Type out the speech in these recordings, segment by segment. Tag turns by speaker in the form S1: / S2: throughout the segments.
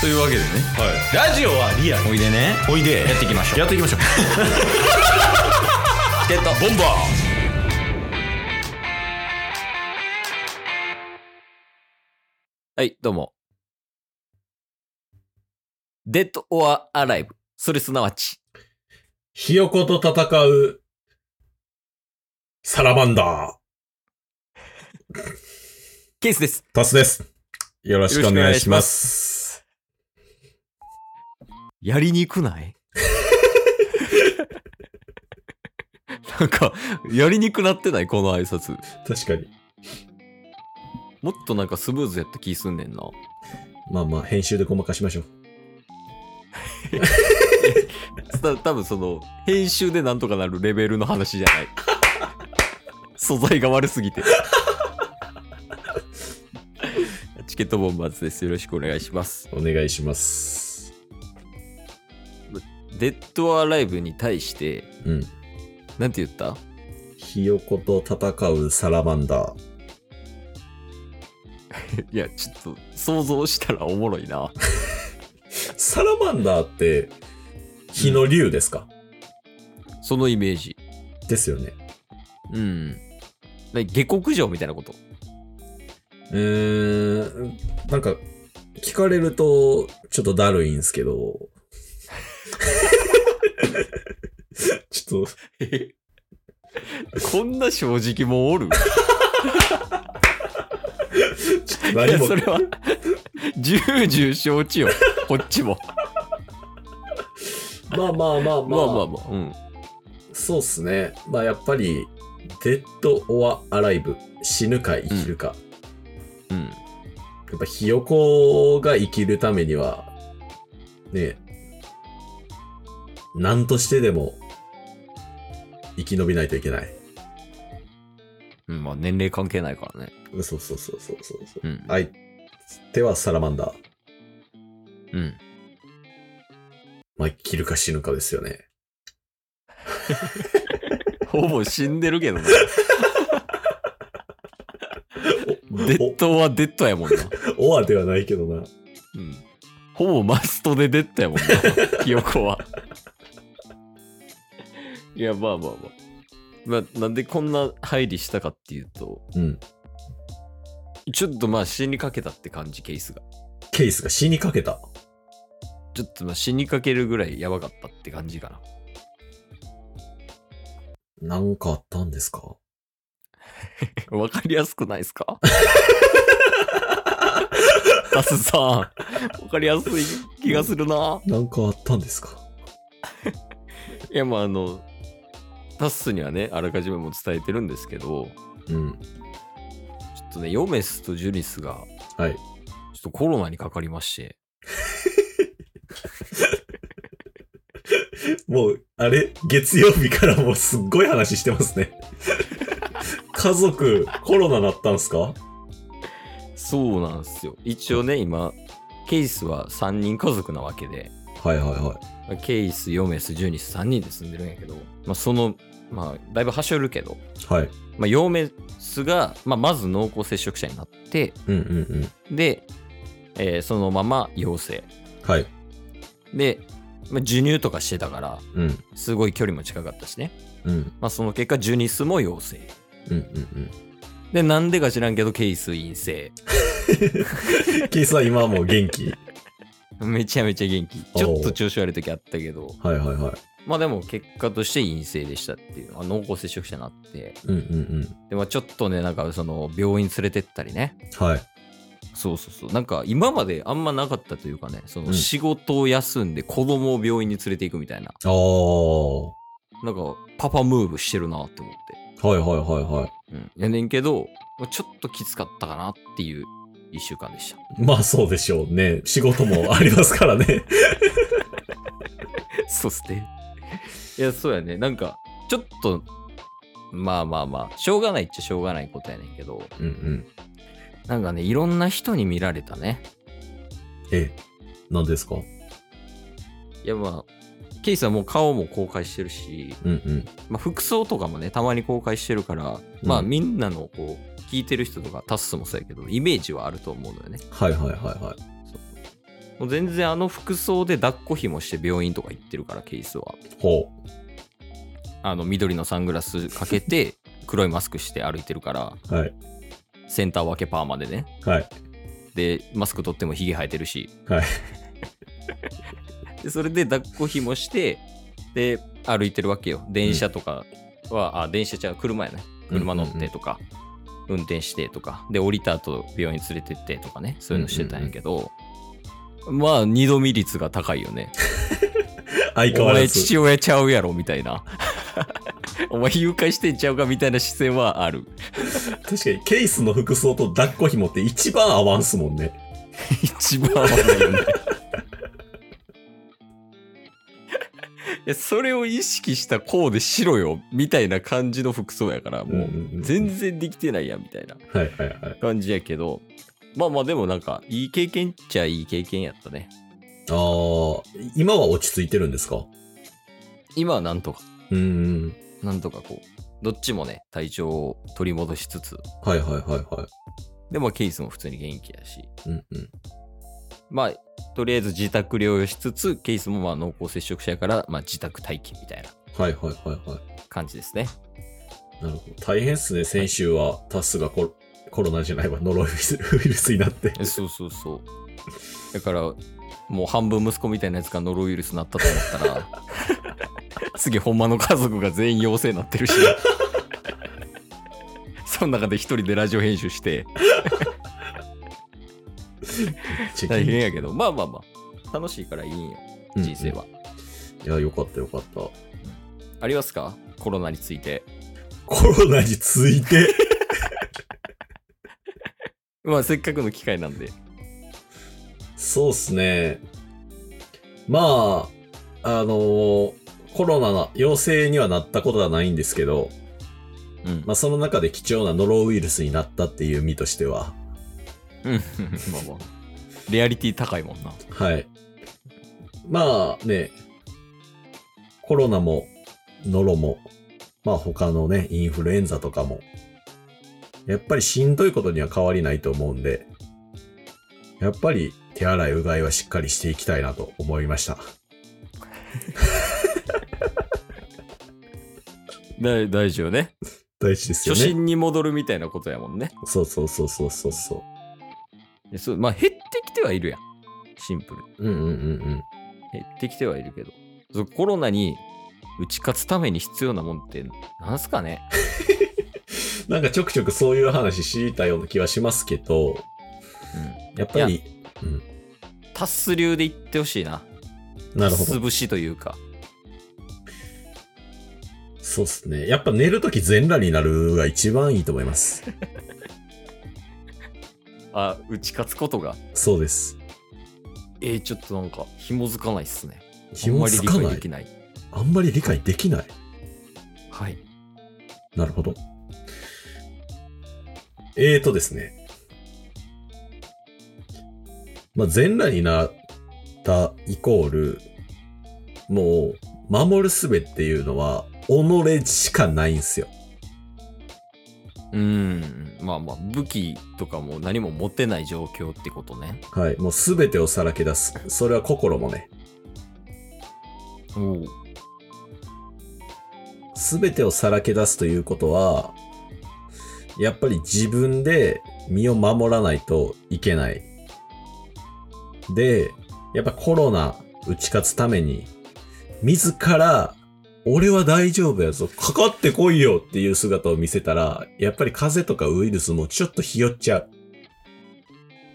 S1: というわけでね
S2: ラジオはリアル
S1: おいでね
S2: おいで
S1: やっていきましょう
S2: やってい きましょう
S1: チケットボンバーはいどうもデッド・オア・アライブそれすなわち
S2: ひよこと戦う、サラマンダ
S1: ケースです
S2: ー、タスです。よろしくお願いします。
S1: やりにくない なんかやりにくなってないこの挨拶
S2: 確かに。
S1: もっとなんかスムーズやった気すんねんな
S2: まあまあ、編集でごまかしましょう。
S1: た多分その編集でなんとかなるレベルの話じゃない 素材が悪すぎてチケットボンバーズですよろしくお願いします
S2: お願いします。
S1: デッドアライブに対して
S2: うん。
S1: なんて言った
S2: ひよこと戦うサラマンダー。
S1: いやちょっと想像したらおもろいな
S2: サラマンダーって、火の竜ですか、
S1: そのイメージ
S2: ですよね。
S1: うんな下克上みたいなこと
S2: うーん、なんか、聞かれると、ちょっとだるいんすけど。 ちょっと、
S1: こんな正直もんおる
S2: ちょっと
S1: い
S2: 何
S1: や
S2: も
S1: それは重々承知よこっちも
S2: まあまあまあま
S1: まあま
S2: あ、
S1: あまあうん
S2: そうっすね。まあやっぱり、デッド・オア・アライブ。死ぬか生きるか。
S1: うん
S2: やっぱひよこが生きるためには、ね、何としてでも生き延びないといけない。
S1: うん、まあ年齢関係ないからね。
S2: うんそうそうそうそうそうそう。
S1: うん。
S2: 相手はサラマンダー。
S1: うん。
S2: まあ生きるか死ぬかですよね。
S1: ほぼ死んでるけどな。デ
S2: お
S1: ッドはデッドやもんな。
S2: おオアではないけどな。
S1: うん。ほぼマストでデッドやもんな。ひよこは。いや、まあまあまあ。まあ、なんでこんな配慮したかっていうと、
S2: うん。
S1: ちょっとまあ死にかけたって感じ、ケースが。
S2: ケースが死にかけた。
S1: ちょっとまあ死にかけるぐらいやばかったって感じかな。
S2: なんかあったんですか
S1: わかりやすくないですかタスさん、わかりやすい気がするな。
S2: なんかあったんですか
S1: いや、まあ、あの、タスにはね、あらかじめも伝えてるんですけど、
S2: うん。
S1: ちょっとね、ヨメスとジュニスが、
S2: はい。
S1: ちょっとコロナにかかりまして、
S2: もう、あれ月曜日からもうすっごい話してますね。 家族、コロナなったんすか
S1: そうなんですよ。一応ね、今、ケイスは3人家族なわけで、
S2: はいはいは
S1: まあケイス、ヨメス、ジュニス3人で住んでるんやけど、まあ、その、まあ、だいぶはしょるけど、
S2: い。はい。
S1: まあ、ヨメスが、まあ、まず濃厚接触者になって、
S2: うんうんうん。
S1: で、えーそのまま陽性
S2: はい。
S1: で、まあ、授乳とかしてたから
S2: うん。
S1: すごい距離も近かったしね、
S2: うん。
S1: まあ、その結果ジュニスも陽性
S2: うんうん
S1: でなんでか知らんけどケイス陰性
S2: うん。ケイスは今はもう元気。
S1: めちゃめちゃ元気ちょっと調子悪い時あったけど
S2: はいはいはい。
S1: まあでも結果として陰性でしたっていうあ濃厚接触者になって
S2: うんうん
S1: で、まあ、ちょっとねなんかその病院連れてったりね
S2: うん。はい。
S1: そうそうそうなんか今まであんまなかったというかねそ
S2: うん
S1: の仕事を休んで子供を病院に連れていくみたいな、
S2: ああ。
S1: なんかパパムーブしてるなって思って
S2: はいはいはいは
S1: うん、やねんけど、まあちょっときつかったかなっていう一週間でした。
S2: い。まあそうでしょうね。仕事もありますから ね。
S1: そして。いや、そうやね。なんか、ちょっと、まあまあまあ、しょうがないっちゃしょうがないことやねんけど、
S2: うんうん。
S1: なんかね、いろんな人に見られたね。
S2: え、何ですか
S1: いや、まあ、ケイさんもう顔も公開してるし、
S2: うんうん。
S1: まあ、服装とかもね、たまに公開してるから、まあ、
S2: うん
S1: みんなのこう、聞いてる人とか、タッスもそうやけど、イメージはあると思うのよね。
S2: はいはいはいはい。
S1: もう全然あの服装で抱っこひもして病院とか行ってるからケイスは
S2: ほ
S1: あの緑のサングラスかけて黒いマスクして歩いてるから
S2: う。はい。
S1: センター分けパーマでね
S2: はい。
S1: でマスク取ってもヒゲ生えてるし、
S2: はい
S1: でそれで抱っこひもしてで歩いてるわけよ電車とかは、あ電車ちゃう車やね車乗ってとか、運転してとかで降りた後病院連れてってとかねそういうのしてたんやけど、まあ二度見率が高いよね
S2: 相変
S1: お
S2: わら
S1: 前
S2: ず。
S1: 父親ちゃうやろみたいな お前誘拐してんちゃうかみたいな視線はある
S2: 確かに、ケイスの服装と抱っこ紐って一番合わんすもんね。
S1: 一番合わ ないよねいやそれを意識したこうでしろよみたいな感じの服装やからもう
S2: うんうんうん
S1: 全然できてないやんみたいな
S2: はいはいはい。
S1: 感じやけどまあまあでもなんかいい経験っちゃいい経験やったね
S2: あー、今は落ち着いてるんですか
S1: 今はなんとか
S2: うん。
S1: なんとかこうどっちもね体調を取り戻しつつ
S2: はいはいはいは
S1: でもケースも普通に元気やし
S2: い。うんうん。
S1: まあとりあえず自宅療養しつつケースもまあ濃厚接触者やから、まあ、自宅待機みたいな
S2: はいはいはいは
S1: 感じですね
S2: い。なるほど。大変っすね。先週はタスがコロコロナじゃないわ、ノロウイルスウイルスになって。
S1: えそうそうそうだからもう半分息子みたいなやつがノロウイルスなったと思 ったら次ほんまの家族が全員陽性になって るしその中で一人でラジオ編集して大変やけどまあまあまあ楽しいからいいんよ
S2: うん
S1: 人生は、
S2: いや、よかったよかった。
S1: ありますかコロナについて
S2: コロナにつ いて。
S1: まあせっかくの機会なんで
S2: そうっすね。まあ、あのーコロナの陽性にはなったことはないんですけど、
S1: うん
S2: まあその中で貴重なノロウイルスになったっていう身としては、
S1: うん まあまあレアリティ高いもんな
S2: はい。まあね、コロナも、ノロも、まあ他のね、インフルエンザとかも、やっぱりしんどいことには変わりないと思うんで、やっぱり手洗いうがいはしっかりしていきたいなと思いました。
S1: だ大事よね
S2: 大事ですよ
S1: 初
S2: ね。
S1: 心に戻るみたいなことやもんね
S2: そうそうそうそうそうそ
S1: えそうまあ減ってきてはいるやんシンプルに
S2: う。うんうんうん
S1: 減ってきてはいるけどそうコロナに打ち勝つために必要なもんってなんすかね
S2: うん。なんかちょくちょくそういう話知りたいような気はしますけど、やっぱり、
S1: タッス流で言ってほしいな
S2: なるほど。
S1: 潰しというか
S2: そうっすね。やっぱ寝るとき全裸になるが一番いいと思います。
S1: あ打ち勝つことが
S2: そうです。
S1: えー、ちょっとなんか紐づかないっすねあん
S2: 紐
S1: まり
S2: づ
S1: 理
S2: か
S1: 解
S2: な
S1: でき
S2: い。
S1: ない
S2: あんまり理解できない。
S1: はい
S2: なるほど。えーとですね。まあ、全裸になったイコール、もう、守る術っていうのは、己しかないんすよ。
S1: うーんまあまあ武器とかも何も持てない状況ってことね
S2: はい。もう全てをさらけ出す。それは心もね。
S1: おお
S2: 全てをさらけ出すということは、やっぱり自分で身を守らないといけない。で、やっぱコロナ打ち勝つために、自ら、俺は大丈夫やぞ、かかってこいよっていう姿を見せたら、やっぱり風邪とかウイルスもちょっとひよっちゃ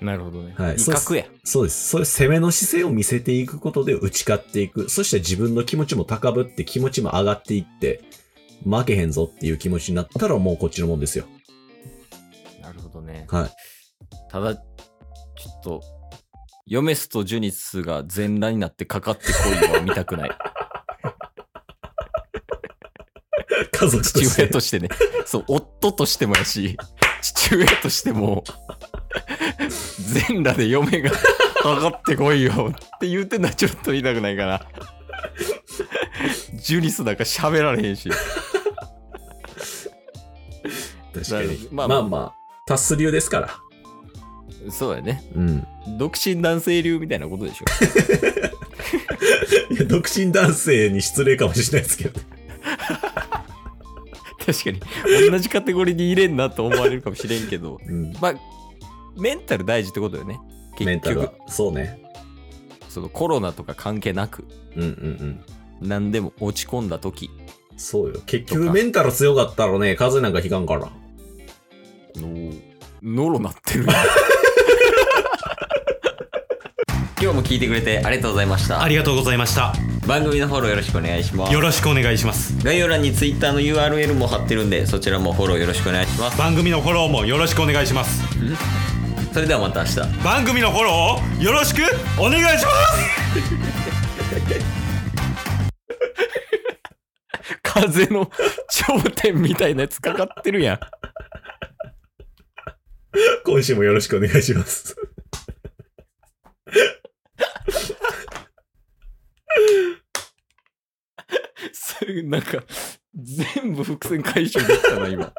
S2: う。
S1: なるほどね、
S2: はい
S1: 威嚇や
S2: そうです。そういう攻めの姿勢を見せていくことで打ち勝っていく。そして自分の気持ちも高ぶって気持ちも上がっていって、負けへんぞっていう気持ちになったらもうこっちのも んですよ。
S1: なるほどね
S2: はい。
S1: ただ、ちょっと、ヨメスとジュニスが全裸になってかかってこいは見たくない。
S2: 家族と
S1: 父
S2: して
S1: 親。としてね。そう、夫としてもやし、父親としても、全裸で嫁がかかってこいよって言うてんのはちょっと言いたくないかな。ジュニスなんか喋られへんし。
S2: 確か
S1: なる
S2: に
S1: ほ。ど
S2: ま
S1: ま
S2: あ
S1: あ
S2: ま
S1: ま
S2: あ、
S1: あ
S2: タス流ですから。
S1: そうやね。
S2: うん。
S1: 独身男性流みたいなことでしょ。
S2: いや独身男性に失礼かもしれないですけど。
S1: 確かに。同じカテゴリーに入れんなと思われるかもしれんけど。
S2: うん。
S1: まあ、メンタル大事ってことよね。
S2: メ
S1: 結
S2: ンタル
S1: 局
S2: は、。そうね。
S1: そのコロナとか関係なく、
S2: うんうんうん。
S1: 何でも落ち込んだ時
S2: そうよ。結
S1: と
S2: 局
S1: か
S2: メンタル強かったらね、風邪なんかひかんから。
S1: ノロなってる 今日も聞いてくれてありがとうございました
S3: ありがとうございました
S1: 番組のフォローよろしくお願いします
S3: よろしくお願いします
S1: 概要欄に Twitter の URL も貼ってるんでそちらもフォローよろしくお願いします
S3: 番組のフォローもよろしくお願いします
S1: それではまた明日
S3: 番組のフォローをよろしくお願いします
S1: 風の頂点みたいなやつかかってるやん
S2: 今週もよろしくお願いします。
S1: すなんか全部伏線回収できたな今